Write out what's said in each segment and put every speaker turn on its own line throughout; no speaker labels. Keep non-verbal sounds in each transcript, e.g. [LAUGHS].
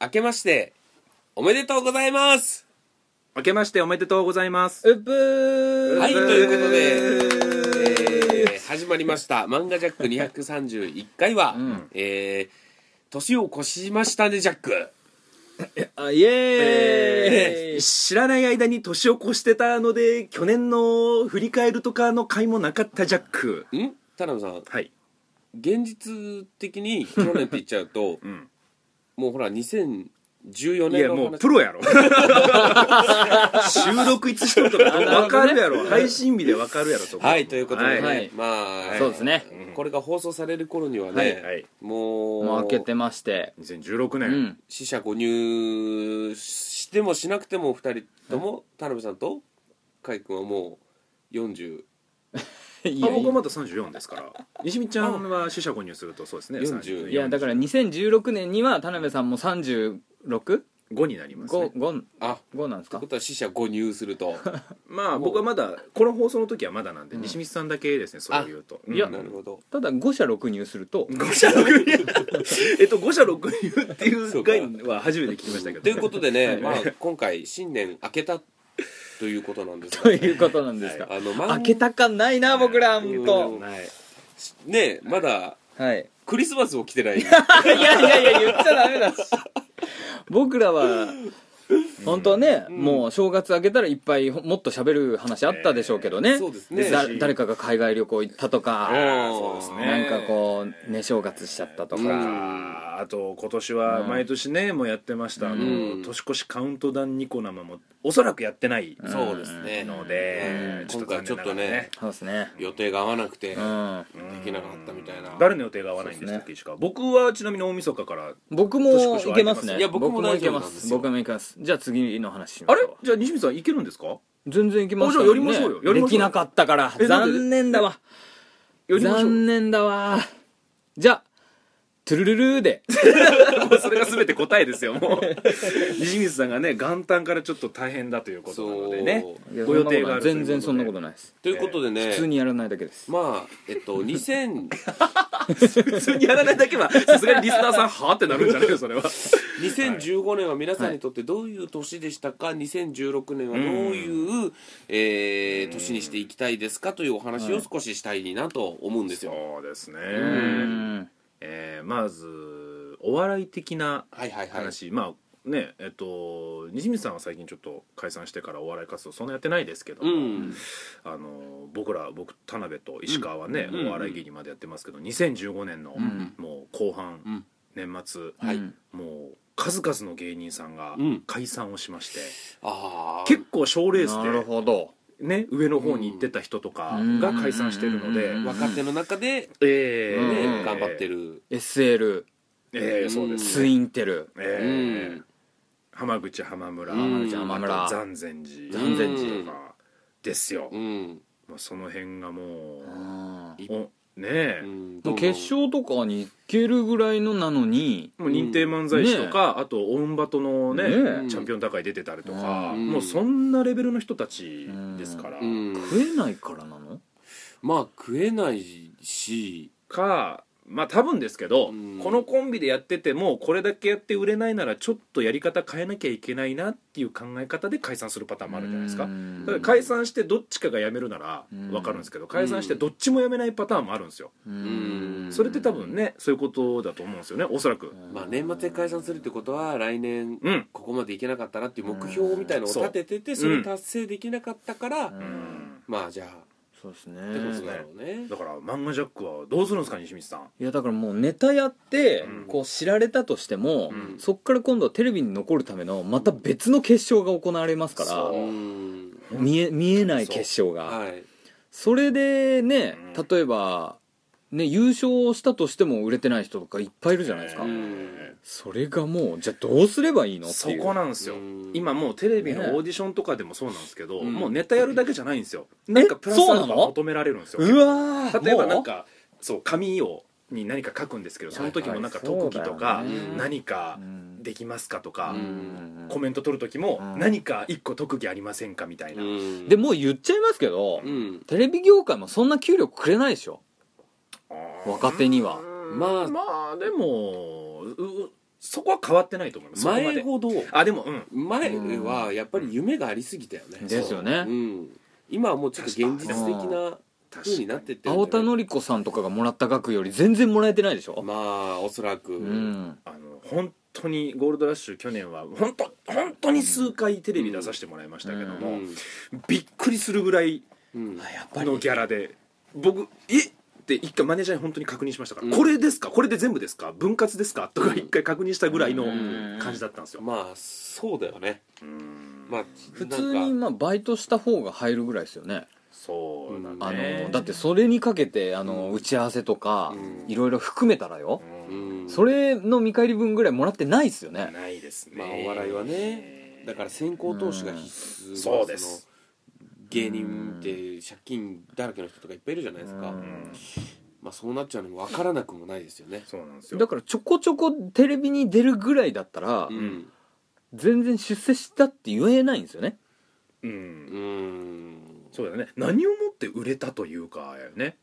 明けましておめでとうございます
明けましておめでとうございます
うっぷー
はいということ
う
で、えー始まりました「漫画ジャック231回は」
ん
えー年を越しましたねジャック
あイエー
え
イ、
ー知らない間に年を越してたので去年の振り返るとかの回もなかったジャック
ん田辺さん
はい
現実的に去年って言っちゃうと、
ん
もうほら2014
いや
年の
も
話
うプロやろ収録いつしてるとか分かるやろ配信日で分かるやろとか
はいということでね、
はい
まあ、
そうですね
うんこれが放送される頃にはね、
はいはい
もう
もう開けてまして
2016
う
年、
ん
死者誤入してもしなくても2人とも田辺さんと海君はもう40
い
あ
や
僕はまだ34ですから西見ちゃんは死者購入するとそうですね
40
34
いやだから2016年には田辺さんも 36?5
5になりますね
5
あ
5なんです
って
か
ことは死者誤入すると
まあ僕はまだこの放送の時はまだなんで、
うん
西光さんだけですねそういうと
うん
[LAUGHS] いや
なるほど
ただ5社6入すると
五社六流 [LAUGHS] えっと五社六流っていう概念は初めて聞きましたけど
ということで
は
ね、
い
まあ、今回新年明けたということなんです
と
が
いうことなんですか
あの
開
漫
けた感ないな僕ら
うん
本
う
当
はい
ねまだ
はい
クリスマスを着てない
いやいやいや言っちゃダメだし僕らは本当はね
ん
もう正月明けたらいっぱいもっと喋る話あったでしょうけどね
そうですね
だ誰かが海外旅行行ったと
あ
か
ー
そうですね
なんかこうね正月しちゃったと
う
か
あーあと今年は毎年ね、もうやってました、あの
うん
年越しカウントダウンニコ生もおそらくやってない
そうですね
ので、
うん
ちょっと残念ながら
今回
ね
ち
そうですね
予定が合わなくて
う
で
ん
きなかったみたいな
誰の予定が合わないんでしたっけ、石川僕はちなみに大晦日から
僕もいけますね
いや僕も大丈夫なんですよ
僕もいけます僕もいけますじゃあ次の話しま
あ
しょ
れ
う
じゃあ西見さんいけるんですか
全然いけます
あじゃあやりましょうよやりましょうよ
できなかったから
えなんで
残念だわ
やりましょう
残念だわじゃあトゥルルルーで
もうそれが全て答えですよもう [LAUGHS] 西光さんがね元旦からちょっと大変だということなのでね
そ
ご予定があるということで
全然そんなことないです
ということでね
普通にやらないだけです
まあえっ
[LAUGHS]
と2000
普通にやらないだ
[LAUGHS]
けは [LAUGHS] さすがにリスナーさんはあってなるんじゃないよそれは
2015年は皆さんにとってどういう年でしたか2016年はどういう、えー年にしていきたいですかというお話を少ししたいなと思うんですよ、
そうですね
うん
えーまずお笑い的な
はいはいはい
話、まあねえっと西光さんは最近ちょっと解散してからお笑い活動そんなやってないですけど
う
も、
ん
あの僕ら僕田辺と石川はね、
うん
お笑い芸人までやってますけど2015年の、
ん
もう後半、
うん
年末、
はい
うん
もう数々の芸人さんが
うん
解散をしまして、
ああ
結構賞レー
なる
ス
ほど
で、ね、上の方に行ってた人とか
うん
が解散してるので、
うん
若手の中で、
え
ね
ー
うん
頑張って、る、
SL
えーえーそうです、
ツインテル
え
う
ー
ん
浜口浜村、
うん浜口
浜村
あと残善寺
残善
寺
とかですよ、
うん
まあ、その辺がも
うん
う、おねえ、
うん
もう決勝とかに行けるぐらいのなのに
もう認定漫才師とか、あとオンバトのね
ね
え
チャンピオン大会出てたりとか、
うん
もうそんなレベルの人たちですから、
うん
食えないからなの
まあ食えないし
かまあ多分ですけど、
うん
このコンビでやっててもこれだけやって売れないならちょっとやり方変えなきゃいけないなっていう考え方で解散するパターンもあるじゃないですか、
うん
だから解散してどっちかが辞めるなら分かるんですけど、解散してどっちも辞めないパターンもあるんですよ、
ん
それって多分ねそういうことだと思うんですよねおそらく
まあ年末で解散するってことは来年
うん、
ここまでいけなかったなっていう目標みたいのを立てててそれ達成できなかったから、
う
うん
ん
まあじゃあ
そうです
ってこ
ね
とだろうね
だから漫画ジャックはどうするんですか西光さん
いやだからもうネタやって
うん
こう知られたとしても
うん
そっから今度はテレビに残るためのまた別の決勝が行われますか
そ
うん
ら見え見えない決勝が
はい
それでね
うん
例えばね優勝したとしても売れてない人とかいっぱいいるじゃないですか
うん
それがもうじゃあどうすればいいのって
そ
いう
こなんですよ
うん
今もうテレビのオーディションとかでもそうなんですけど、
うん
もうネタやるだけじゃないんですよなんかプラス
そう
ア
な
ルフ
の
ァ求められるんですよ
うわー
例えば
もう
なんかそう紙をに何か書くんですけどその時もなんか
はいはい
特技と
そ
か
うだよね
何か
うん
できますかとか
うん
コメント取る時も
うん
何か一個特技ありませんかみたいな
うん
でもう言っちゃいますけど
うん
テレビ業界もそんな給料くれないでしょ若手には
うん
まあ
まあでもううそこは変わってないと思いますそこま
前
で
ほど
あでもうん
前はやっぱり夢がありすぎたよね、
ですよね
うん、今はもうちょっと現実的な風
確か
に
に
なってってるん
青
じゃ
田
ない
典子さんとかがもらった額より全然もらえてないでしょ、
まあおそらく、
うん
あの本当にゴールドラッシュ去年は本当本当に数回テレビ出させてもらいましたけど
う
も、
ん
びっくりするぐらい
うん
やっぱり
のギャラで僕「えっ!」て一回マネージャーに本当に確認しましたから「
うん
これですかこれで全部ですか分割ですか?」とか一回確認したぐらいの
うん
感じだったんですよ、
まあそうだよね
うん
まあ
普通に
なんか
まあバイトした方が入るぐらいですよね
そうだね
あのだってそれにかけてあの打ち合わせとか
うん
いろいろ含めたらよ
うん
うん
それの見返り分ぐらいもらってないっすよね
ないですね
まあお笑いはねだから先行投資が必須
うんそうです
の芸人って借金だらけの人とかいっぱいいるじゃないですか、
うん
まあそうなっちゃうのも分からなくもないですよね
そうなんですよ
だからちょこちょこテレビに出るぐらいだったら
うん
全然出世したって言えないんですよね
うん、
うん
そうだね何をもって売れたというかやよね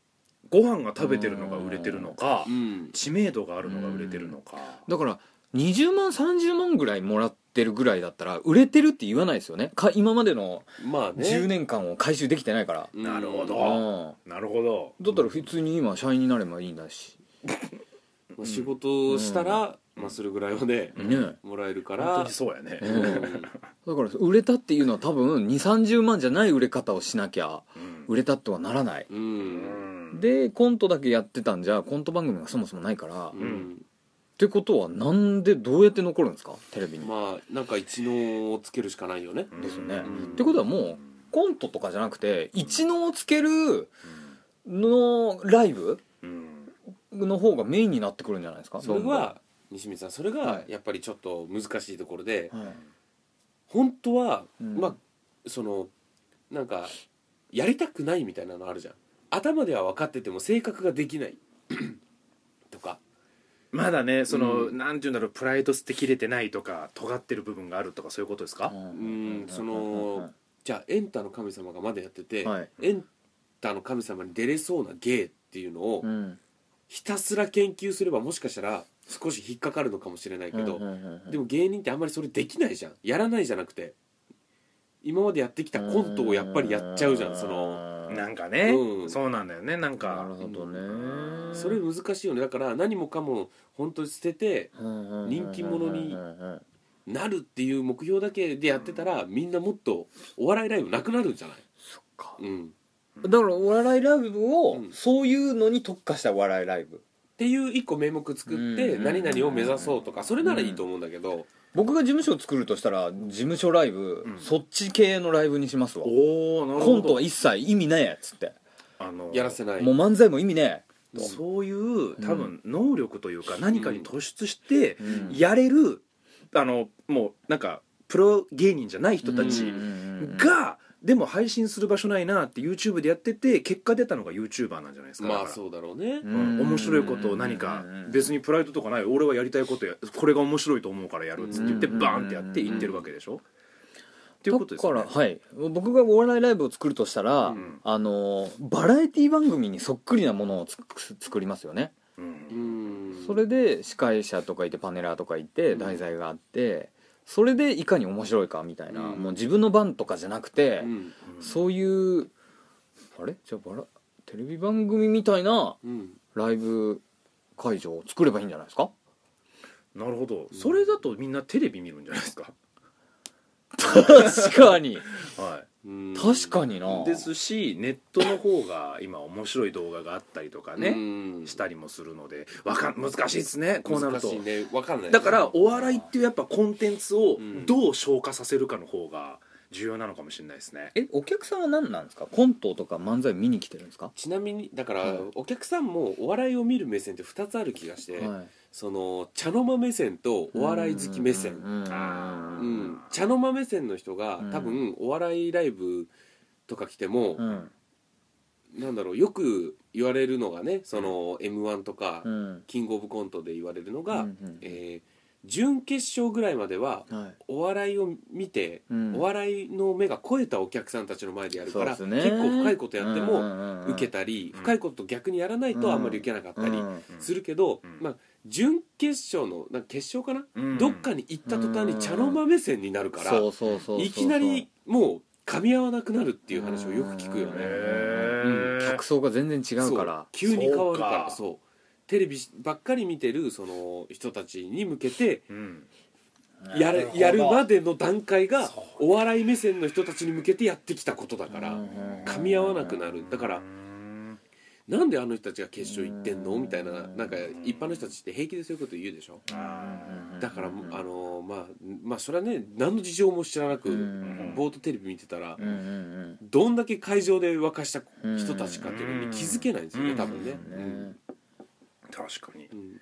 ご飯が食べてるのが売れてるのか、
うん
知名度があるのが売れてるのか、
だから20万30万ぐらいもらってるぐらいだったら売れてるって言わないですよねか今までの
まあね
10年間を回収できてないから、
うん
なるほど
うん、
なるほど
だったら普通に今社員になればいいんだし
まあ仕事をしたら、まあ、それぐらいはね、
ねえ
もらえるか
本当
ら
にそうやね、
う
うん
だから売れたっていうのは多分2 3 0万じゃない売れ方をしなきゃ
うん
売れたとはならない
んう
うんん
でコントだけやってたんじゃコント番組がそもそもないから、
う
っ
ん
てことはなんでどうやって残るんですかテレビに、
まあなんか一能をつけるしかないよね
ですよね
うん
ってことはもうコントとかじゃなくて一能をつけるのライブ
うん
の方がメインになってくるんじゃないですか
それ
どんどんは
は西光さんそれ
は
が
い
やっぱりちょっと難しいところで
い
本当は、
うん
まあそのなんかやりたくないみたいなのあるじゃん頭では分かってても性格ができない [CLEARS THROAT] とか
まだねその、
うん
なんていうんだろうプライド捨てきれてないとか尖ってる部分があるとかそういうことですか、
うんそのじゃあエンタの神様がまだやってて、
はい
エンタの神様に出れそうな芸っていうのを、
うん
ひたすら研究すればもしかしたら少し引っかかるのかもしれないけど、
うんうんうんうん
でも芸人ってあんまりそれできないじゃんやらないじゃなくて今までやってきたコントをやっぱりやっちゃうじゃんその
なんかね、
うん
そうなんだよねなん
な
か
るほどね、
それ難しいよねだから何もかも本当に捨てて人
人
気者になるっていう目標だけでやってたらみんなもっとお笑いライブなくなるんじゃないうん、っ
だからお笑いライブを
うん
そういうのに特化したお笑いライブ
ていう一個名目作って
うん
何々を目指そうとかそれならいいと思うんだけど、
僕が事務所を作るとしたら事務所ライブ、
うん
そっち系のライブにしますわ
おおなるほ
コ
ど
ントは一切意味ねえっつって、
あの
やらせない
もう漫才も意味ね
そういう多分能力というか何かに突出して、
えうん
やれるあのもうなんかプロ芸人じゃない人たち
うんうんうんうん
が、でも配信する場所ないなって YouTube でやってて結果出たのが YouTuber なんじゃないですか
ま
だ
あ
から
そうだろうね、
う
うん
ん
面白いことを何か別にプライドとかない俺はやりたいことやこれが面白いと思うからやるっつって言って
うん
バーンってやって言ってるわけでしょっていうことですよ
だ
ね
からはい僕がお笑いライブを作るとしたら、
うん
あのバラエティ番組にそっくりなものをつく作りますよね
うん
うん
それで司会者とかいてパネラーとかいて
うん
題材があってそれでいかに面白いかみたいな
うん
もう自分の番とかじゃなくて
うん
そういうあれじゃあバラテレビ番組みたいな
うん
ライブ会場を作ればいいんじゃないですか
なるほどそれだとみんなテレビ見るんじゃないですか
確かに
はい
うん
確かにな
ですしネットの方が今面白い動画があったりとかね、
うん
したりもするのでわかん難しいですねこうなると、
難しいねわかんない
だからお笑いっていうやっぱコンテンツを
うん
どう消化させるかの方が重要なのかもしれないですね、
えお客さんは何なんですかコントとか漫才見に来てるんですか、
ちなみにだから、
はい
お客さんもお笑いを見る目線って2つある気がして、
はい
その茶の間目線とお笑い好き目
うん
線、
うんうん
あ
う
ー
ん茶の間目線の人が、
うん
多分お笑いライブとか来ても
う、ん
なんだろうよく言われるのがねその m 1とか、
うん
キングオブコントで言われるのが、
うんうん
えー準決勝ぐらいまでは
はい
お笑いを見て、
うん
お笑いの目が超えたお客さんたちの前でやるから、
そうですね
結構深いことやって
う
も
んうんうんうん
受けたり、
うん
深いこと逆にやらないとあんまり受けなかったり
うん
するけど、
うん
まあ、準決勝のなんか決勝かな、
うん
どっかに行った途端に茶の間目線になるから、
そうそうそうそう
いきなりもう噛み合わなくなるっていう話をよく聞くよ
へ
ね。
へー
客層が全然違うから
そう急に変わるから
そう
そう
か
テレビばっかり見てるその人たちに向けて
うん
な
や
る
る
ほど
やるまでの段階が
そう
お笑い目線の人たちに向けてやってきたことだから噛み合わなくなるだから
うん
なんであの人たちが決勝行ってんのみたいななんか
うん
一般の人たちって平気でそういうこと言うでしょ
あ
だからあ
うん
のまあまあそれはね何の事情も知らな
う
く
ん
ぼーっとテレビ見てたら
うんうん
どんだけ会場で沸かした人たちかっていうのに気づけないんですよね
うん
多分ね。
うんね
ー確かに
うんうん
なん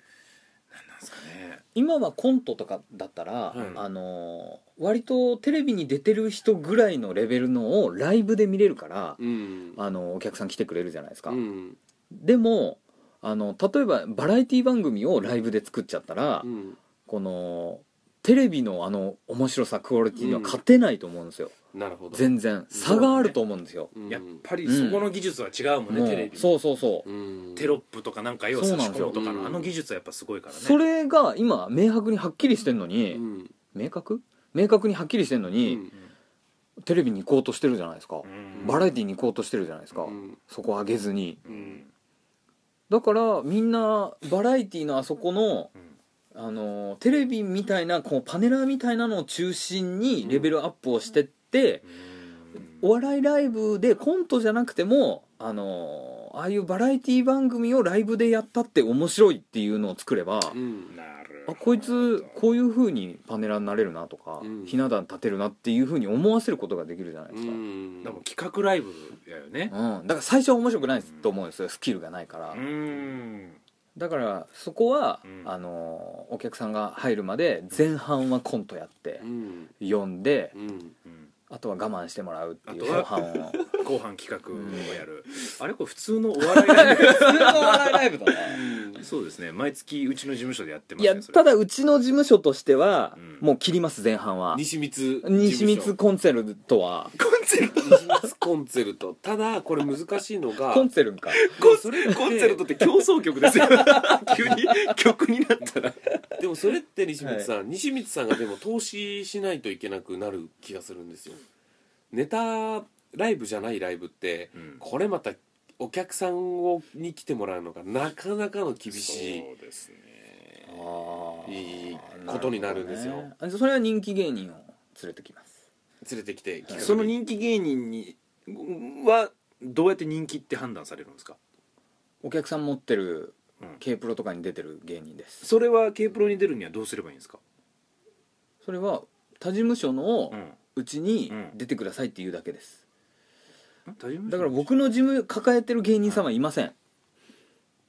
ですかね
今はコントとかだったら、
はい
あのー割とテレビに出てる人ぐらいのレベルのをライブで見れるから、
うん
あのお客さん来てくれるじゃないですか、
うん
でもあの例えばバラエティ番組をライブで作っちゃったら、
うん
このテレビのあの面白さクオリティには勝てないと思うんですよ、
なるほど
全然差があると思うんですよ、
うん
やっぱりそこの技術は違うもんね、
も
テレビ
うそうそうそう、
うん
テロップとかなんか要は
そ
差
うな
し
んです
込
よ
むとか
うん
のあの技術はやっぱすごいからね
それが今明白にはっきりしてんのに、
うん
明確明確にはっきりしてんの
う
に、
ん
テレビに行こうとしてるじゃないですか、
うん
バラエティに行こうとしてるじゃないですか、
うん
そこ上げずに
うん
だからみんなバラエティのあそこの、
うん
あのーテレビみたいなこうパネラーみたいなのを中心にレベルアップをしてって、お笑いライブでコントじゃなくてもあのーああいうバラエティ番組をライブでやったって面白いっていうのを作れば、
うん
なるほ
あ
ど
こいつこういう風にパネラーになれるなとか、
うん
ひな壇立てるなっていう風に思わせることができるじゃないですか、
うん
でも企画ライブやよね
うん、だから最初は面白くないと思うんですよスキルがないから、
うん
だからそこは、
うん
あのお客さんが入るまで前半はコントやって
う、ん
読んで
うん
うん
あとは我慢してもらうっていう
あとは
後
[LAUGHS]
半を
後半企画をやるあれこれ普通のお笑いライ
普通のお笑いライブだね
ブ [LAUGHS] そうですね毎月うちの事務所でやってま
い
す
や
ねそれ
ただうちの事務所としては、
うん
もう切ります前半は
西光
西光
事務所
コンセルトは
コンセルト
西光コンツェルトただこれ難しいのが
コンセルンか
それって
コンセルトって競争曲
[LAUGHS]
ですよ急に曲になったら
でもそれって西光さん西光さんがでも投資しないといけなくなる気がするんですよネタライブじゃないライブって
うん
これまたお客さんをに来てもらうのがなかなかの厳しい
そうですね
いいことになるんですよ
なほどねそれは人気芸人を連れてきます
連れてきて企画に
その人気芸人にはどうやって人気って判断されるんですか、
お客さん持ってる
うん、
K プロとかに出てる芸人です
それは K プロに出るにはどうすればいいんですか、
それは他事務所の
うん、
うちに
うん
出てくださいっていうだけですだ
だ
から僕の事務抱えてる芸人さんはいません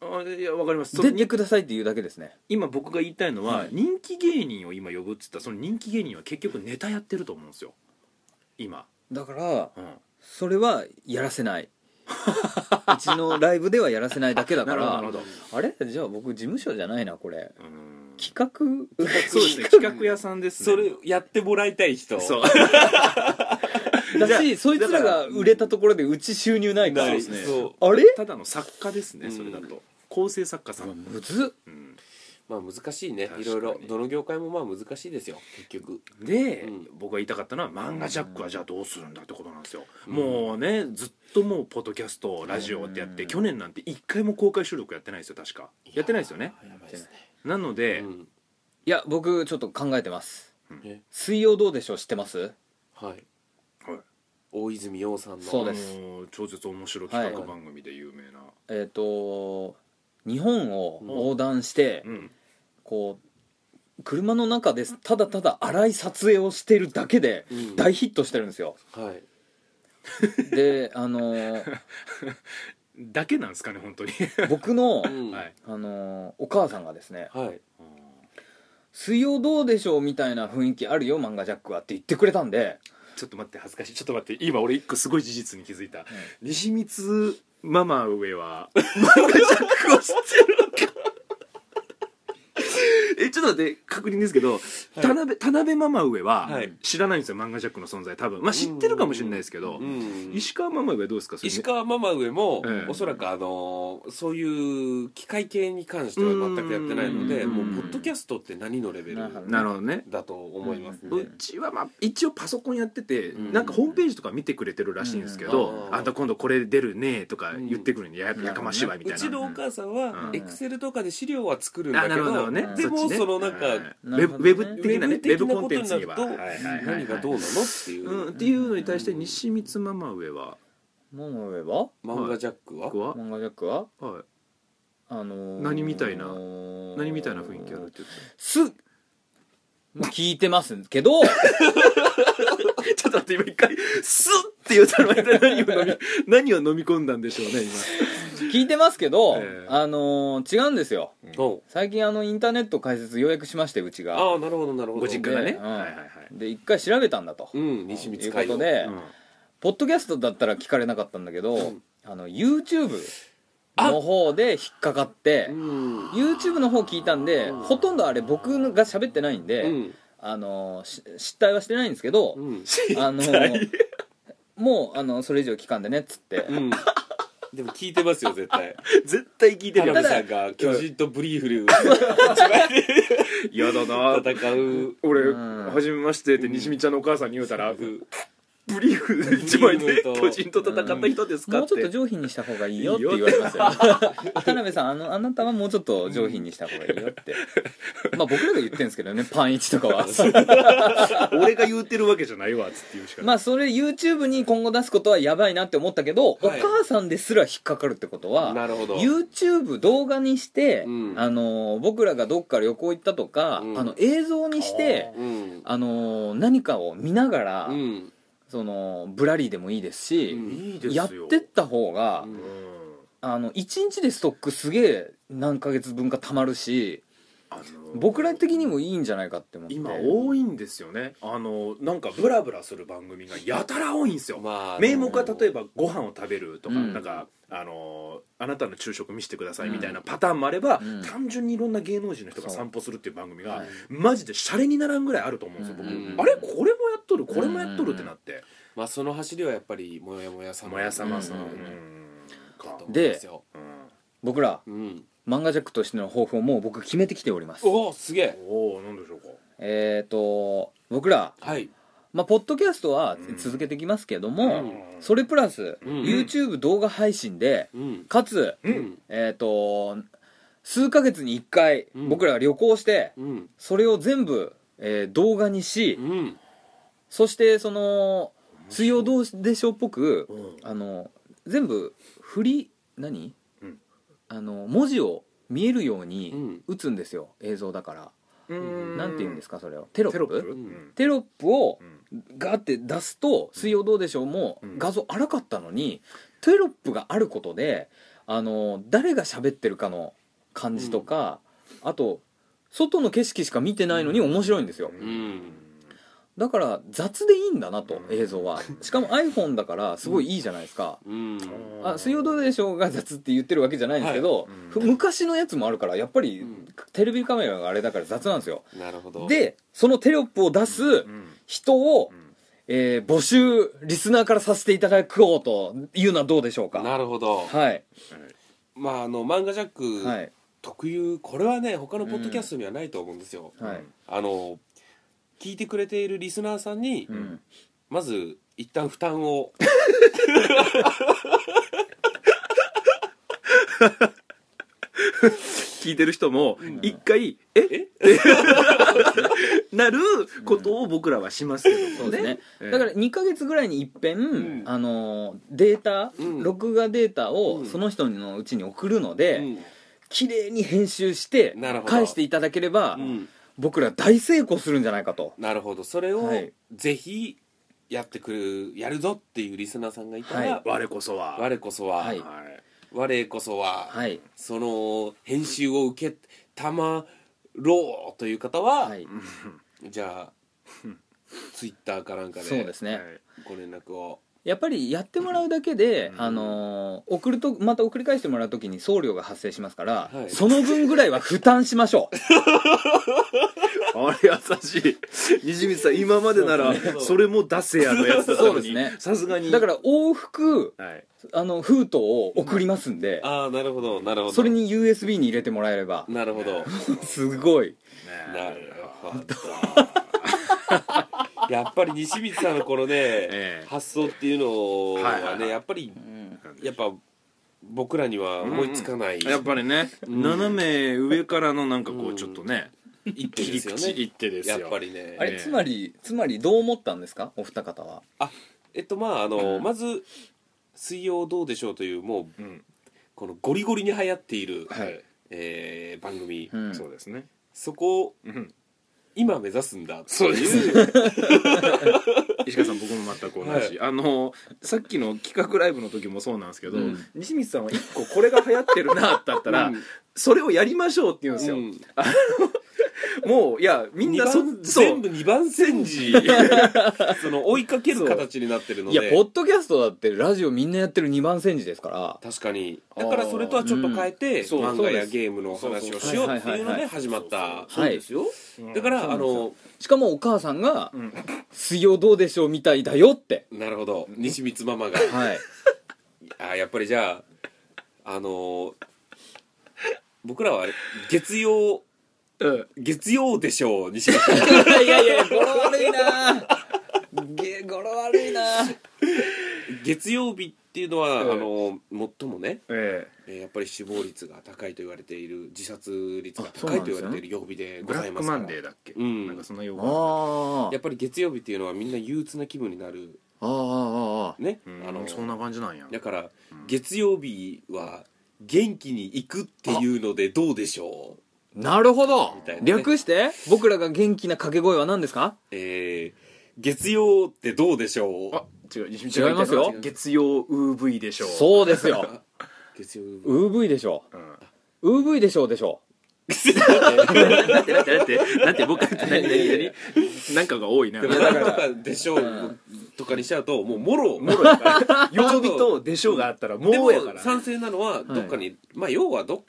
あいやわかりますその
出てくださいっていうだけですね
今僕が言いたいのは、
はい
人気芸人を今呼ぶっつったらその人気芸人は結局ネタやってると思うんですよ今、
だから
うん、
それはやらせない
[LAUGHS]
うちのライブではやらせないだけだか
な
ら
るほど
あれじゃあ僕事務所じゃないなこれ
うん
企画 [LAUGHS]
そうですね企画屋さんですね
それやってもらいたい人
そう
だしそいつら
だか
が売れたところでうち収入ないから
な
そう
い
ですね
そう
あれ
ただの作家ですね
うん
それだと構成作家さん、
むずっ
うん
まあ難しいね
確か
い
に
ろいろどの業界もまあ難しいですよ結局
で、
うん
僕が言いたかったのは漫画ジャックはじゃあどうするんだってことなんですよ、
うん
もうねずっともうポッドキャストラジオってやって、去年なんて一回も公開収録やってないですよ確かやってないですよね
やばいですね
なので、
うん
いや僕ちょっと考えてます
え
水曜どうでしょう知ってます
はい
はい
大泉洋さんの
そうです
あのー超絶面白い企画番組で有名な、
えっ、と日本を横断して、
うん
こう車の中でただただ荒い撮影をしているだけで
うん
大ヒットしてるんですよ、
はい
であのー
だけなんですかね本当に、
僕の、
うん
はい
あのーお母さんがですね
はい
「水曜どうでしょう」みたいな雰囲気あるよ漫画ジャックはって言ってくれたんで
ちょっと待って恥ずかしいちょっと待って今俺一個すごい事実に気づいた、西光ママ上は漫画ジャックを知ってるのかえちょっとで確認ですけど田辺田辺ママ上は
はい
知らないんですよ漫画ジャックの存在多分まあ知ってるかもしれないですけど
うん
石川ママ上はどうですかそれ
石川ママ上も、
ええ
おそらくあのーそういう機械系に関しては全くやってないので
うん
もうポッドキャストって何のレベル
なるほど
なるほどね
だと思いますね、
うちはまあ一応パソコンやってて、
うん
なんかホームページとか見てくれてるらしいんですけど、
うん
あんた今度これ出るねとか言ってくるんで、ややかましいわみ
う
たい
ち
な。
のお母さんは
うん
エクセルとかで資料は作るんだけ
なる
ど,、
ほどね。
でも
っちね
そのなんか、
はいウ
な
ェ
る
ブ
ほ
ウ
どね
ェブ的なね、ウ
ウ
ェ
ェ
ブ
ブ
コンテ
的
ン
な
ツには。
こと
はい
になると
はいはいはい
何がどうなのっていう、
うん、っていうのに対して西光ママ上は、
ママ上は
漫画ジャックは、
僕は、
漫画ジャックは
はい、
あのー
何みたいな何みたいな雰囲気あるっていうか
す聞いてます
[LAUGHS]
けど
ちょっと待って今一回スッって言ったの間何を [LAUGHS] 飲み何を飲み込んだんでしょうね
聞いてますけど、
ええ
あのー違うんですよ
おう
最近あのインターネット解説ようやくしましてうちが
ああなるほどなるほど
今ご実家がね、
うん
はいはいはい、
で一回調べたんだと、
うん西光
いうこと
海
で、
うん
ポッドキャストだったら聞かれなかったんだけど、
うん
あの YouTube の方で引っかかって
洋うん、
YouTube の方聞いたんで
うん
ほとんどあれ僕が喋ってないんで、
うん
あのし失態はしてないんですけど、
うん
あのもうあのそれ以上聞かんでねっつって、
うんでも聞いてますよ絶対
絶対聞いて
田
る
辺
よ
ただ
さんが巨人とブリーフルを
嫌だな
戦う
俺
うん
初めましてって西見ちゃんのお母さんに言うたら、ブリーフ1枚で
ブリーフ
巨人と戦った人ですか
もう
っ
ちょってと上品にした方がいいよって言われますよ田辺さんあのあなたはもうちょっと上品にした方がいいよってまあ僕らが言ってるんです
[LAUGHS]
けどねパンイチとかは
俺が言うてるわけじゃないわっつって言うしかない、
まあそれ YouTube に今後出すことはやばいなって思ったけど、
はい
お母さんですら引っかかるってことは
なるほど
YouTube 動画にして、
うん
あのー僕らがどっか旅行行ったとか、
うん
あの映像にして
うん
あのー何かを見ながら、
うん
そのブラリーでもいいですし、
うん
いいですよ
やってった方が、
う
うん
あの1日でストックすげえ何ヶ月分かたまるし
あの
僕ら的にもいいんじゃないかって思って
今多いんですよねあのなんかブラブラする番組がやたら多いんですよ、
まあ
名目は例えばご飯を食べるとか、
うん
なんかあのあなたの昼食見せてくださいみたいなパターンもあれば、
うん
単純にいろんな芸能人の人が散歩するっていう番組が、
はい
マジでシャレにならんぐらいあると思うんですよ、僕、
うん
あれこれもやっとるこれもやっとるってなって、
まあその走りはやっぱりもやもやさ
もやさまさん、
うんうん
だと
か
思うんですよ
僕ら
うん
漫画ジャックとしての抱負をもう僕決めてきております
おおすげえ
おおなんでしょうか
えっ、と僕ら、
はい
まあ、ポッドキャストは
うん
続けていきますけども、
うん
それプラス、
うん
YouTube 動画配信で
うん
かつ
うん
えっ、と数ヶ月に1回
うん
僕らが旅行して
うん
それを全部、えー動画にし
うん
そしてその水曜どうでしょうっぽく
うん
あの全部振り何、
うん
あの文字を見えるよう
う
に
ん
打つんですよ映像だから、
うん
なんて言うんです
か
かそれをテロップ
テ
テ
ロ
ロ
ップう
ップ
ん
を
うん
ガーって出すと「水曜どうでしょう」も
うん
画像荒かったのにテロップがあることであの誰が喋ってるかの感じとか、あと外の景色しか見てないのに面白いんですよ、
ん
だから雑でいいんだなと
うん
映像はしかも iPhone だからすごいいいじゃないですか、
うん
うん
あ水曜どうでしょうが雑って言ってるわけじゃないんですけど、
はいうん
昔のやつもあるからやっぱり
うん
テレビカメラがあれだから雑なんですよ
なるほど
でそのテロップを出す
うん
人を
う、ん
えー募集リスナーからさせていただこうというのはどうでしょうか
なるほど
はい
まああの漫画ジャッ
は
ク
い
特有これはね他のポッドキャストにはないと思うんですよ
はい
あの聞いてくれているリスナーさんに
うん
まず一旦負担を
聞いてる人も
ん
一回「えっ?」て [LAUGHS] なることを僕らはしますけど
そ
も
うですね
ねええ
だから2ヶ月ぐらいに一
ん
遍、あのーデータ、
うん
録画データを
うん
その人のうちに送るので、
うん
綺麗に編集して
なるほど
返していただければ、
うん
僕ら大成功するんじゃないかと
なるほどそれを
はい
ぜひやってくるやるぞっていうリスナーさんがいたら、
は
我こそは
我こそは、
はい
はい
我こそは、
はい
その編集を受けたまろうという方は、
はい
じゃあツイッターかなんか
そうで
です
ね、
はい
ご連絡を
やっぱりやってもらうだけで、
うん
あのー送るとまた送り返してもらう時に送料が発生しますから、
はい
その分ぐらいは負担しましょう
あれ優しい西光さん今までなら
そうそう
それも出せやのやつだったのに
そうですね
さすがに
だから往復
はい
あの封筒を送りますんで、
ああなるほどなるほど
それに USB に入れてもらえれば
なるほど
すごい
なる
[LAUGHS]
ほどやっぱり西光さんのこのね、
ええ
発想っていうのはね、
はいはいはい
やっぱりやっぱ僕らには思いつかない
やっぱりね、斜め上からのなんかこうちょっとね、
一手
切
で
り
すよ
口
ね
一手ですよ
やっぱりね
あれ
ええ
つまりつまりどう思ったんですかお二方は
あえっとまああの、
うん
まず「水曜どうでしょう」というもう
うん
このゴリゴリに流行っている、
はい、
えー番組、
うん
そうですね、
そこを
うん、
今目指すんだって
[LAUGHS] そうで
い
す石川さん僕も全く同じ、あのさっきの企画ライブの時もそうなんですけど、
うん
西光さんは一個これが流行ってるなってあったら、
うん
それをやりましょうって言うんですよ、
うん
もういやみん
二
なそ
番
そう
全部二番煎じその追いかける形になってるの
いやポ
で
ッドキャストだってラジオみんなやってる二番煎じですから
確かにだからそれとはちょっと変えて、
ーうん
漫
そう
画
で
や
す
ゲームのお話をしようっていうので始まった
そうそうそうそうそうです
よ
うん
だからあの
しかもお母さんが
うん
「水曜どうでしょう」みたいだよって
なるほど西光ママが
はい
あーやっぱりじゃああのー僕らはあれ月曜
うん
月曜でしょう西光
[LAUGHS]
さん
[LAUGHS] いやいや語呂悪いなげ語呂悪いな
月曜日っていうのは、
うん
あのー最もね
え
えーやっぱり死亡率が高いと言われている自殺率が
あそう
高
ないん
と
です
言わ
ね
れている曜日で
え
ご
ブラ
ざい
ッ
ま
ク
すか
マ
ら
ンデーだっけ、
うん
なんかその用語
あ
やっぱり月曜日っていうのはみんな憂鬱な気分になる
ああああ
ね、
うん
あの
そんな感じなんや
だから月曜日は元気に行くっていうのでどうでしょう
なるほど
みたいなね
略して僕らが元気な掛け声は何ですか
えー、月曜ってどうでしょう
あ違う西
違いますよ
月曜 UV でしょう
そうです [LAUGHS] よ
月曜
UV でしょ
うん
う UV でしょうでしょ
だってだってだってだって僕何何何なんかが多いな
でもなんとかでしょうとかにしちゃうともうもろ
もろやから曜日とでしょうがあったらも
でも
うやから
賛成なのはどっかに、まあ要はど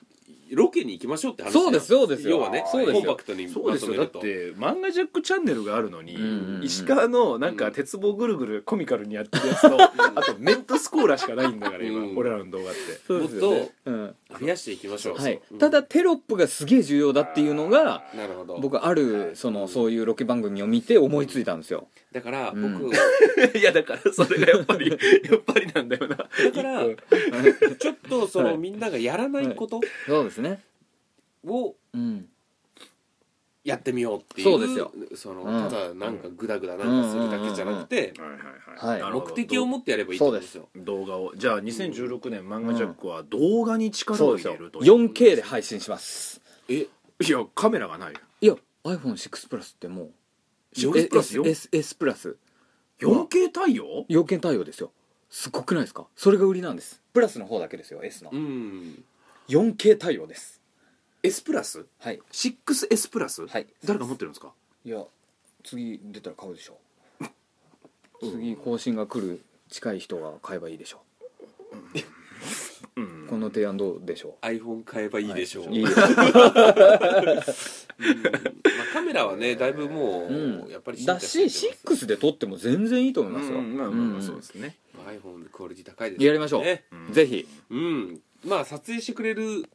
ロケに行きましょうって話だよ
そうですそうですよ
要はね
そうです
コ
よ
ンパクトに
そう
ま
です
とめ
よだ
る
っ
と
て漫画ジャックチャンネルがあるのに、
うんうんうん
石川のなん
う
か
ん
鉄棒ぐるぐるコミカルにやってるやつと、あとメントスコーラしかないんだから今、
うん
俺らの動画って
う
もっと
うん
増やしていきましょう、
はい
うん
ただテロップがすげえ重要だっていうのが
なるほど
僕あるそのそういうロケ番組を見て思いついたんですよ
だから僕、
うん
いやだからそれがやっぱりやっぱりなんだよなだ
だ
[LAUGHS]
から [LAUGHS] ちょっとその、みんながやらないこと
そうですね
を
うん
やってみようっていう
そうですよ
その
う
た
ん
だなんかグダグダなんかするだけじゃなくて、
はい
はい
なるほど
目的を持ってやればいいってことですよ
動画をじゃあ2016年漫画ジャックは動画に力
そう
を入
ですよ
れるという
4K で配信します
え
いやカメラがないよ
いや iPhone6 プラスってもう
6プラスよ
SS プラス
4K 対応
要件対応ですよすごくないですかそれが売りなんですプラスの方だけですよ S の
うん、
4K 対応です
S プラス
はい
6S プラス
はい
誰が持ってるんですか
いや次出たら買うで [LAUGHS] しょ次更新が来る近い人が買えばいいでしょ
う
うんこの提案どうでしょ
iPhone 買えば
う
いいでしょう、
はいいいでしょう
うんまあ、カメラはねだいぶもう、
うん
やっぱり
だし
シック
6で撮っても全然いいと思いますよ
まあまあまあそうですね
iPhone のクオリティ高いです
やりましょう
ね
うん
ぜひ
うんまあ撮影してくれる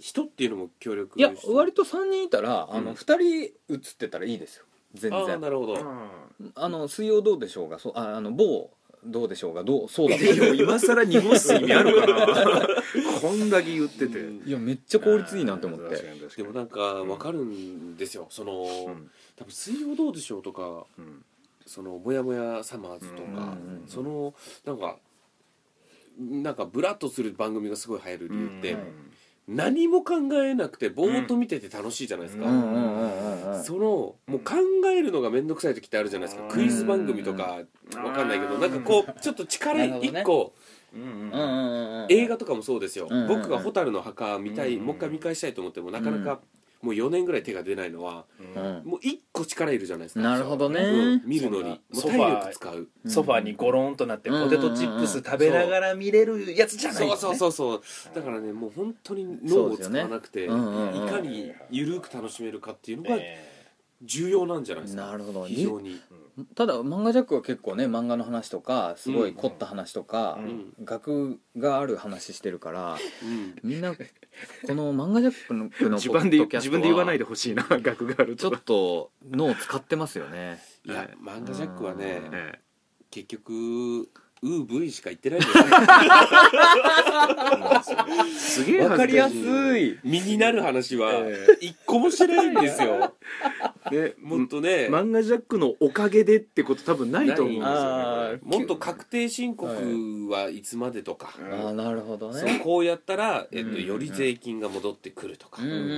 人っていうのも協力
いや
して
割と3人いたらあ
うん
の2人映ってたらいいですよ全
ああな
然
るほど、
あの水曜どうでしょうがそうああの某どうでしょうがどう [LAUGHS] そうだと
いや今更濁す意味あるかな [LAUGHS] こんだけ言ってて
うん
いやめっちゃ効率いいなと思って
でもなんかわかるんですよその、
うん
多分「水曜どうでしょう」とか
うん
「そのもやもやサマーズ」と
うん
か、
うん
そのなんかなんかブラッとする番組がすごい流行る理由って、
うん
何も考えなくてぼーっと見てて楽しいじゃないですか、
う
うんうんうんうんうん
そのもう考えるのが面倒くさい時ってあるじゃないですか
うん
クイズ番組とか
うん
わかんないけどなんかこうちょっと力
なるほどね
一個、
うん
うんうんうんうん
映画とかもそうですよ、
うん
僕が「蛍の墓」見たい、
うん
もう一回見返したいと思ってもなかなかもう4年ぐらい手が出ないのは
うん
もう1個力いるじゃないですか
なるほどね
うん見るのにもう
そ
体
んな
力使う
うん
ソファーにゴロンとなってポテトチップス食べながら見れるやつじゃない
そうそうそううそうだからねもう本当に脳を使わなくて、
そうですよねうんうんうん
いかに緩く楽しめるかっていうのが
え
重要なんじゃないですか、
なるほど
非常に、
ただ漫画ジャックは結構ね漫画の話とかすごい凝った話とか、
うん
学がある話してるから
うん、
みんなこ [LAUGHS] の漫画ジャックのポ
[LAUGHS] 自
ッ
分で
ド
言う
キャ
自
ス
分で言
ト
わない
は
でほしいな額がある
ちょ
と
っと脳使ってますよね
いや漫画ジャックはね
うん
え
結局ウーブイしか言ってないんですよ
えすげえ
[LAUGHS] わか
恥
り
ずか
や
し
す
い
い
身になる話は
え
一個もしてないんですよ
で
もっとね
漫画ジャックのおかげでってこと多分ないと思うんですよ
あ
ね
ー
もっと確定申告はいつまでとか、
あーなるほど
そう
ね
こうやったら、えっ
うんう
と、
ん
より税金が戻ってくるとか、
うんうんうんう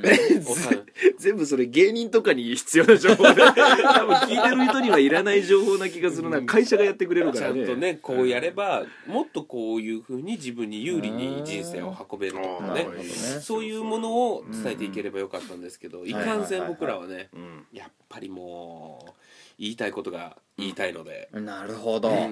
ん
お金
全部それ芸人とかに必要な情報で多分聞いてる人にはいらない情報な気がするな
うん
会社がやってくれるか
ち
ら
ゃ
ね
んとねこうやればもっとこういうふうに自分に有利に人生を運べるとか
なる
ね
ほどね
そういうものを伝えていければよかったんですけどいかんせん僕らはね
うん
やっぱりもう言いたいことが言いたいので、
[LAUGHS]
なるほ
う
ど、
ん
う、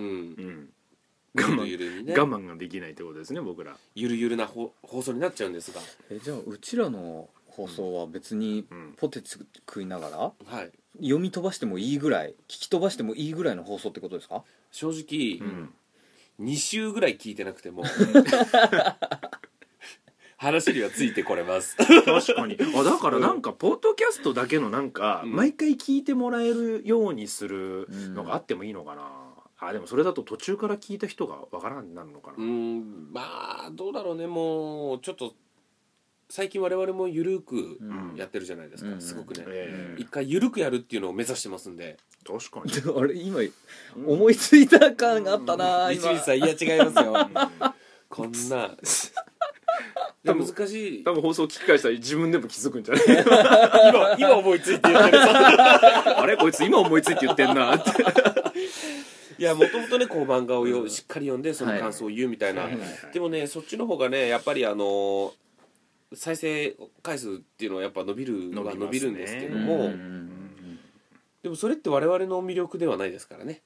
ん我
ゆる
慢
ゆるにね
我慢ができないってことですね僕ら
ゆるゆるなほ放送になっちゃうんですが、
えじゃあうちらの放送は別に
うん
ポテチ食いながら
はい、
読み飛ばしてもいいぐらい聞き飛ばしてもいいぐらいの放送ってことですか [LAUGHS]
正直、
うん
2週ぐらい聞いてなくて
[LAUGHS]
も話にはついてこれます
確 [LAUGHS] かにあだからなんかポッドキャストだけのなんか
うん
毎回聞いてもらえるようにするのがあってもいいのかな、あでもそれだと途中から聞いた人がわからんになるのかな、
うんまあどうだろうねもうちょっと最近我々もゆるく
うん
やってるじゃないですか、
うん
すごくね、
ええ
一回ゆるくやるっていうのを目指してますんで
確か
あれ今
に
思いついた感があったな
一
今
日さんいや違いますよこん
[LAUGHS]
な
多分
難しい
[LAUGHS] 多分放送聞き返したら自分でも気づくんじゃない
今今思いついて言ってる
[LAUGHS] あれこいつ今思い [LAUGHS] ついて言ってんなって
いやもともとねこう漫画をよしっかり読んでその感想を言うみたいな、
はい
でもねそっちの方がねやっぱりあのー再生回数っていうのはやっぱ伸びるは伸
伸
び
び
る
ますね
んですけど
うん
も、
うんうん
でもそれって我々の魅力ではないですからね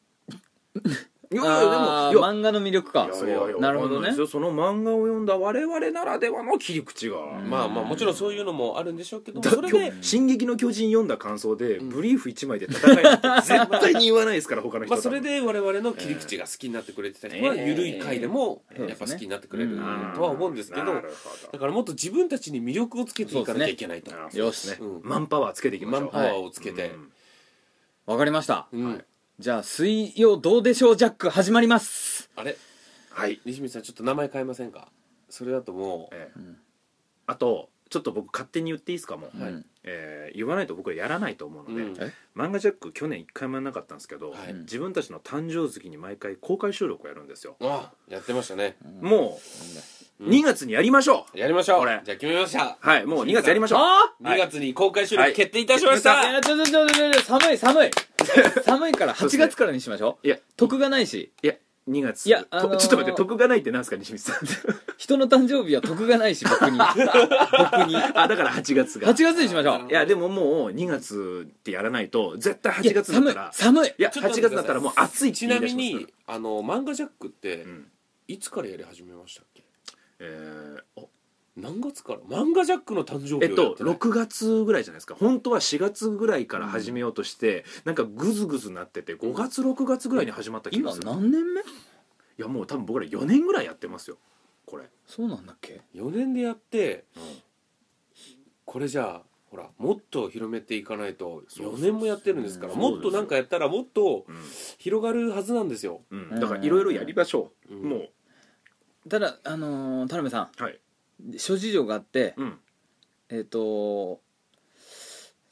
いやいやでも
あ
い
ー
や
漫画の魅力か
いやいやいや
なるほどね
そうその漫画を読んだ我々ならではの切り口が、
ん
まあまあもちろんそういうのもあるんでしょうけど
だ
それ
今
で
[LAUGHS] 日「進撃の巨人」読んだ感想で、
うん
ブリーフ1枚で戦 [LAUGHS] えなんて絶対に言わないですから他の人
まあ
多
それ
分
で我々の切り口が好きになってくれてた人は
ええ
緩い回でも
そうですね
やっぱ好きになってくれる
う
と
ん
は思うんですけど
なるほ
だからもっと自分たちに魅力をつけていかなきゃいけないと
どなるほど
よし
うん
マンパワーつけていきましょう
マンパワーをつけて
うん
わかりました
うん
はい
じゃあ水曜どうでしょうジャック始まります
あれ
はい
西光さんちょっと名前変えませんかそれだともう
ええ
うん
あとちょっと僕勝手に言っていいですかもう、
はい
うん
えー言わないと僕はやらないと思うので、
うん
え
漫画ジャック去年一回もやらなかったんですけど、
はい
自分たちの誕生月に毎回公開収録をやるんですよ、
あやってましたね
もう2月にやりましょう、
やりましょう
これ
じゃあ決めました
はいもう2月やりましょう
あ
2月に公開収
は
録
い
決定いたしまし
あい
た
やちょちょちょちょちょ寒い寒い寒いから
そうです
8
ね
月からにしましょう
いや
得がないし
いや2月
いや
と
あのー
ちょっと待って得がないってなんですか西光さん
人の誕生日は得がないし僕
[LAUGHS]
に僕に8
あだから8月が
月にしましょう
いやでももう2月ってやらないと絶対8月だったら
寒い寒い
いや
ちょっと待
8
って
月だったらもう暑いって
ち
言
ない
出
み
しますから
にあの漫画ジャックって
うん
いつからやり始めましたっけ
えーお
何月から漫画ジャックの誕生
え
日をや
っと
ってない
6月ぐらいじゃないですか本当は4月ぐらいから始めようとして、なんかグズグズなってて5月6月ぐらいに始まった気が
今
する
何年目
いやもう多分僕ら4年ぐらいやってますよこれ、
そうなんだっけ
4年でやってこれじゃあほらもっと広めていかないと
そうそうそう
4年もやってるんですから
うんそう
も
で
っ
す
と
よ
なんかやったらもっと
うん
広がるはずなんですよ
うんだからいろいろやりましょう、
うん
もう
ただあのー田辺さ
はい、
ん諸事情があって
うん、
えっ、と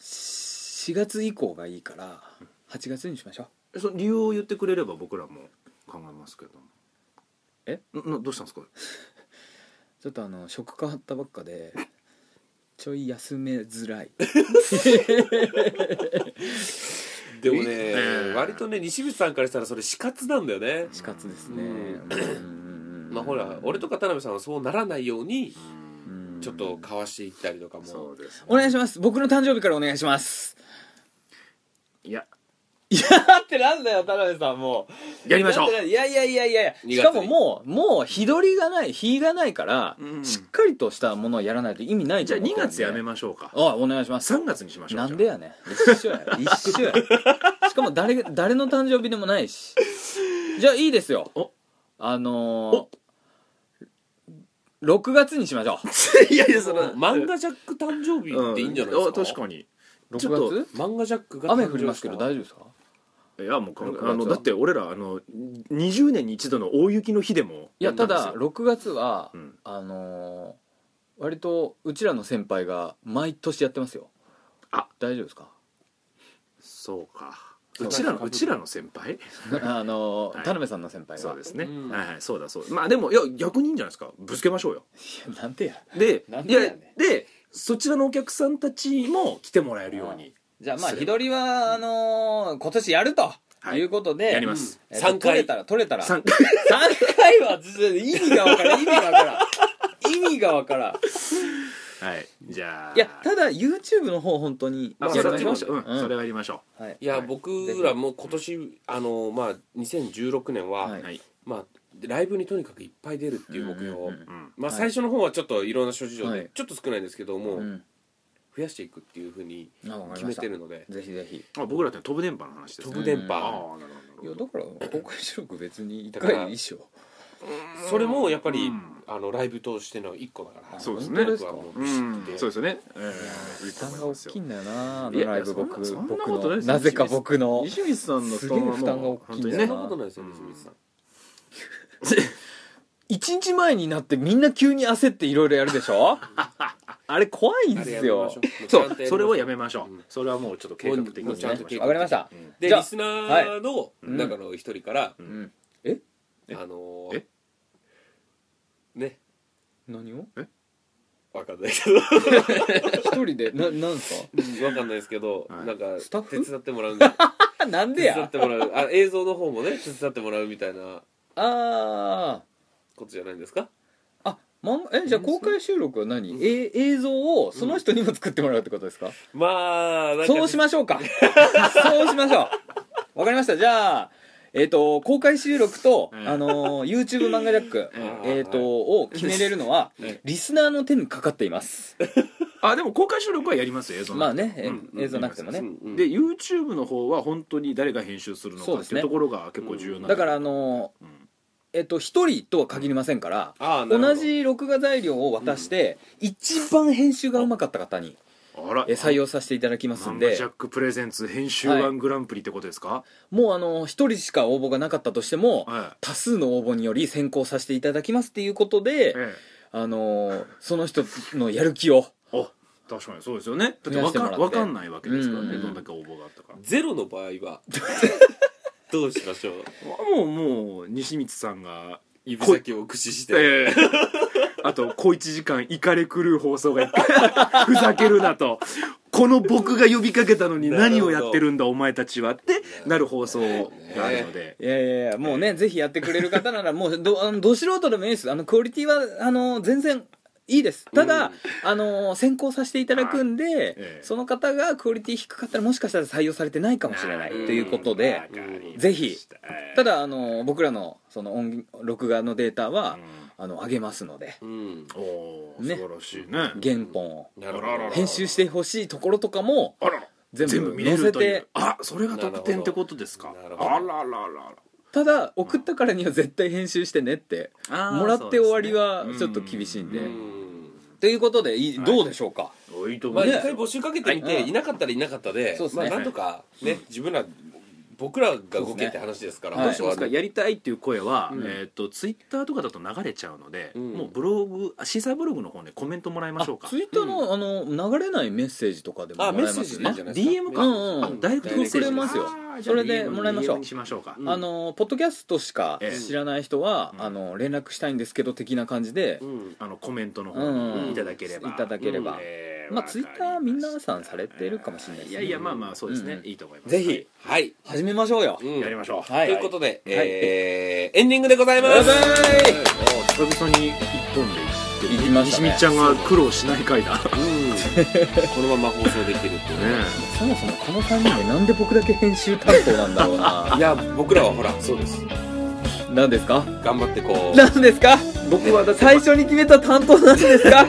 し4月以降がいいから8月にしましょう
えその理由を言ってくれれば僕らも考えますけど
え
ななどうしたんですか
ちょっとあの食変わったばっかでちょい休めづらい
でもね、
えー
割とね西口さんからしたらそれ死活なんだよね、
死活ですね
うん
うん
まあほら俺とか田辺さんはそうならないように
うん
ちょっと交わしていったりとかも
ですね
お願いします僕の誕生日からお願いします
いや
いやってなんだよ田辺さんもう
やりましょう
だっていやいやいやいや
二月に
しかももうもう日取りがない日がないから、
うん
しっかりとしたものをやらないと意味ない
じゃあ2月やめ
ま
ましょうか
あお願いします
3月にしましょう
なんでやねん一緒や一緒やしかも誰が誰の誕生日でもないしじゃあいいですよ
お
あのー、6月にしましょ
いやいやその
漫画ジャック誕生日っていいんじゃないですか、
うん確かに
う
[LAUGHS] ちょっと
6月
漫画ジャックが誕生
雨
した
降りますけど大丈夫ですか
いやもうこ
6
の
月
あのだって俺らあの20年に一度の大雪の日でも
いやた
や
だ
ったんですよ
6月は、
うん
あのー、割とうちらの先輩が毎年やってますよ
あ
大丈夫で
[LAUGHS]
すか
そうか
そう
うちらのうちらの先輩
あのー
はい
田辺さんの先輩が
そうですね、
うん
はいはいそうだそうだまあでもいや逆にいいんじゃないですかぶつけましょうよ
いやなんでや
で
なん
い
で
や
やねん
でそちらのお客さんたちも来てもらえるように
じゃあまあ
すれば
日取りはあのー今年やると
はい
いうことで、
やります
えっと
三回
取れたら取れたら
三
3回は全然意味がわからん意味がわからん意味がわからん
[LAUGHS] はいじゃあ
いやただ YouTube の方本当に
あ
や
それは
り
や
ま
り
しょ
ま
う
しょううん、
うん
それはやりましょ
はい
いや、
はい
僕らもう今年あのまあ2016年は、
は
う
い
はい、
まあライブにとにかくいっぱい出るっていう目標、
うんうんうん
うん、
まあ
はい
最初の方はちょっといろんな諸事情で、
はい
ちょっと少ないんですけども、
うん
増やしていくっていうふうに
あわかり
決
ま
め
した
てるので
ぜひぜひ
あ僕らって飛ぶ電波の話です
飛
ね
ぶ電
ああ
波、
なるほ
い
ど
や
なる
だから公開収録別に1
だから
回でいいっしょ
それもやっぱり、
うん
あのライブ通しての一個だから
そうですね
本当です
僕
か
はもう
ほど
ビシッ
う
て
んそうですよねええいい
負
と
担
思いま
が大
すよ
きいんだよなあ
い
の
や
ライブ
そんな
僕
そんな
僕
ことない
の
です
なぜか僕の
西光さんの負担は
すげえ負担が大
もう
きい
本
ん
当
そん
に
だよ
ね
なことないですよ西光さん
1日前になってみんな急に焦っていろいろやるでしょあれ怖いん
あれ
で
や
す
めま
よ
しょう
そ
もうちゃんとりましょ
う
う
それをやめましょう、
うん
それはもうちょっと計画的に
もうちゃんと
やりましょ
わかりました
ううん
で
じゃあ
リスナーの中の一人から、
う
うんん
あのー
え
ね
何を [LAUGHS]
わかんないけどわ
一人でななんすか
かんないですけど、
はい
なんか
スタッフ
手伝ってもらうんで
あなんで
手伝っ
や
てもらうあ映像の方もね手伝ってもらうみたいな
あ
ことじゃないんですか
ああ漫画えじゃあ公開収録は何、え映像をその人にも作ってもらうってことですか、
まあなんか
そうしましょうか [LAUGHS] そうしましょうわかりましたじゃあえっ、と公開収録と、
うん
あのー YouTube 漫画ジャック、
うん
えっ、とを決めれるのは、
うん
リスナーの手にかかっています
あでも公開収録はやりますよ映像
まあ
なんて
ね、え
うん
映像なくてもね、
うんうん
で YouTube の方は本当に誰が編集するのか
そうで
っ
す
てい
ね
うところが結構重要なん
だからあのー
うん
えっと一人とは限りませんから、
ああなるほど
同じ録画材料を渡して、一番編集がうまかった方に
あら
え採用させていただきます
サ
ん
ンガ
で
ジャックプレゼンツ編集版グランプリってことですか、
もうあの一人しか応募がなかったとしても、
は
多数の応募により選考させていただきますっていうことで
い、ええ
あのーその人のやる気を
あ確かにそうですよねだって
増や
わ
して
か
もらって
わかんないわけですからね、
うんうんうん
どんだけ応募があったか
ゼロの場合 [LAUGHS] はどうしましょう
もうもう西光さんが
指先を駆使して、
ええ [LAUGHS] あと小一時間イカれ狂う放送がいっぱい [LAUGHS] ふざけるなとこの僕が呼びかけたのに
なるほど
何をやってるんだお前たちはってなる放送があるので、
いやいやいやもうねぜひやってくれる方ならもうどあのど素人でもいいですあのクオリティはあの全然いいですただ、
うん
あの選考させていただくんで、
ええ
その方がクオリティ低かったらもしかしたら採用されてないかもしれないと
うん
いうことで
わかりました
ぜひ
ええ
ただあの僕らのその音録画のデータは、あの上げますので
うん
うんおー
ね
素晴らしいね
原本を
なるほ
あらら
ど
ら
編集してほしいところとかも
あら
全
全部
部
見
載
れる
せ
という
て
あそれが特典ってことですか
なるほど
あらららら
ただ送ったからには絶対編集してねって
あー
もらって終わりは
そうです
ちょ
ね
っと厳しいん
う
で
ん
ということでいい
はい
どうでしょうか
おいいと思
まあ
いま
一
す
回
よ
募集かけてみて、
うん
いなかったらいなかったで、
そうです
ま
ね
あなんとかね、自分ら僕らが動けって話ですから、
そう
どう
です
し
本
ます
当
か
はね
やりたいっていう声は、
うん
えー、とツイッターとかだと流れちゃうので、
うん
もうブログあシーサーブログの方でコメントもらいましょうか
ツイッターの,、あの流れないメッセージとかでもも
あ
ら
メ
え
ッ
ます
セージでい
よ
いんじゃな
ね
いですか
DM か、
うんうんうん
あダイレクトメッセージ
送れますよ
あーじゃあ
それで
DM
もらいましょう
DM にしましょうか、
うん
あのポッドキャストしか
ええ
知らない人は、
うん
あの連絡したいんですけど的な感じで、
うん
あのコメントの方
うん
にいただければ、
いただければ、
え
まあ
わか
ツ
り
イ
し
ッ
た
ターみんなさんされてるかもしれないです
い
ね
やいやまあまあそうですね、
うんうん
いいと思います
ぜひ
はい
はい、
始めましょうよ、
うん
やりましょう、
はい
ということで、えーエンディングでございます、
バイバイ
あー久々に一本でけど
行きましたね
西見ちゃんが苦労しない回だね
このまま放送できるっていうね
そもそもこの3人でなんで僕だけ編集担当なんだろうな
[LAUGHS]
いや僕らはほらそうです
何ですか
頑張ってこう
何ですか
僕はだって
最初に決めた担当なんですか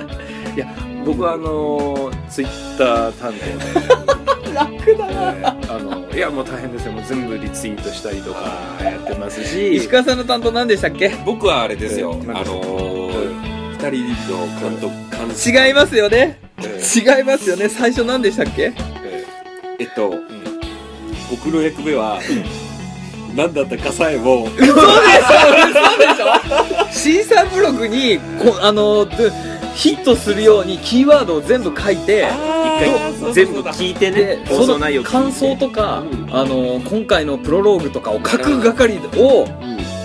僕はあのツイッター担
[LAUGHS] 楽だな
当で、あのいやもう大変ですよもう全部リツイートしたりとかやってますし
石川さんの担当何でしたっけ
僕はあれですよ
え
あ
ー
のー二人の監督監視
違いますよね
え
違いますよね最初何でしたっけ
え
えっと僕の役目は何だったかさえも
シーサーブログにこあのでヒットするようにキーワードを全部書いて
一回全部聞いてね
で
放
そ
送
の
内容聞いて
感想とか、
うん
あの今回のプロローグとかを書く係を
う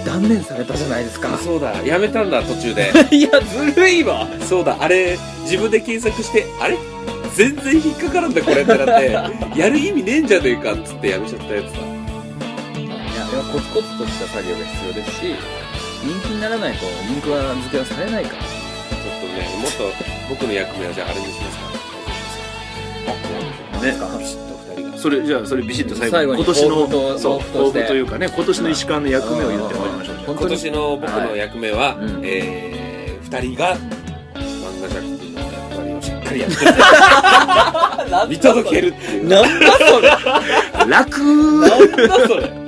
断念されたじゃないですか
[LAUGHS]
んそうだやめたんだ途中
[LAUGHS]
で
いやずるいわ
そうだあれ自分で検索してあれ全然引っかからんだこれってな
[LAUGHS]
ってやる意味ねえんじゃねえかっつってやめちゃったやつだ
いやでもコツコツとした作業が必要ですし人気にならないとリンクは付けはされないから
ちょっとね、もっと僕の役目はじゃああれにしますか。ビシッと二
えね
人が。
それじゃあそれビシッと最
最
後
後
に
に
今年
抱負と
のそう
抱負と
抱
して
負というかね今年の石川の役目を言って終わりましょうじゃあ
本当
今
に
年の僕の役目は、
はいうん
えー、二人が漫画ジャックの役割をしっかりやって見届けるっていう。
なんだそれ
な
楽
んだそれ。は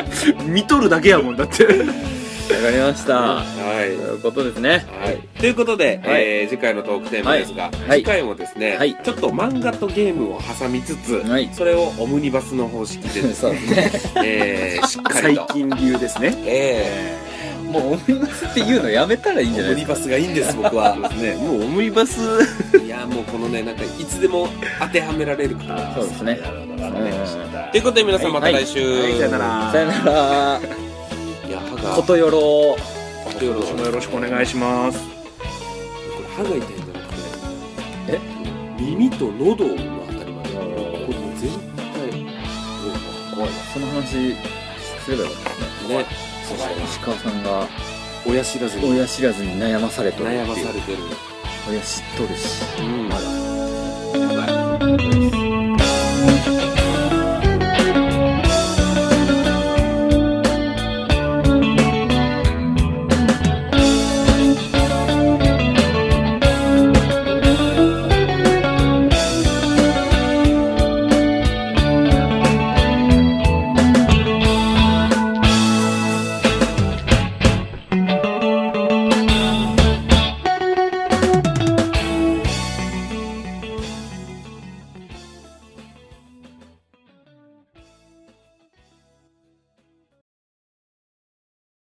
見とるだけやもんだって
わかりました
い
と。いうことですね
はい、ということで、
はい
えー次回のトークテーマですが、
い
次回もですね、
はい
ちょっと漫画とゲームを挟みつつ、
はい
それをオムニバスの方式でです
[LAUGHS] そう
ね、
ですね
えー、しっかり
最
と、
近流ですね
え
もうオムニバスって言うのやめたらいいんじ
ー、
ゃな
オム
いで
ニ
す
バスがいいんです僕は。
ねもうオムニバス
いやもうこのねなんかいつでも当てはめられるから
かそうですね
なるほどわかりました
ということで皆さんまた来週、
はいさよなら
さよなら
いや歯が
ことよろ
ことよろしく
今年もよろしくお願いします
これ歯が痛いんじゃなくて
え
耳と喉のあたりまでこ
ー
れもう絶対
怖いわその話すればよかったですね
ね
そして石川さんが
親知らずに
親知らずに悩まされてるっていう
悩まされてる
親知っとるし
うん
まだ
やばい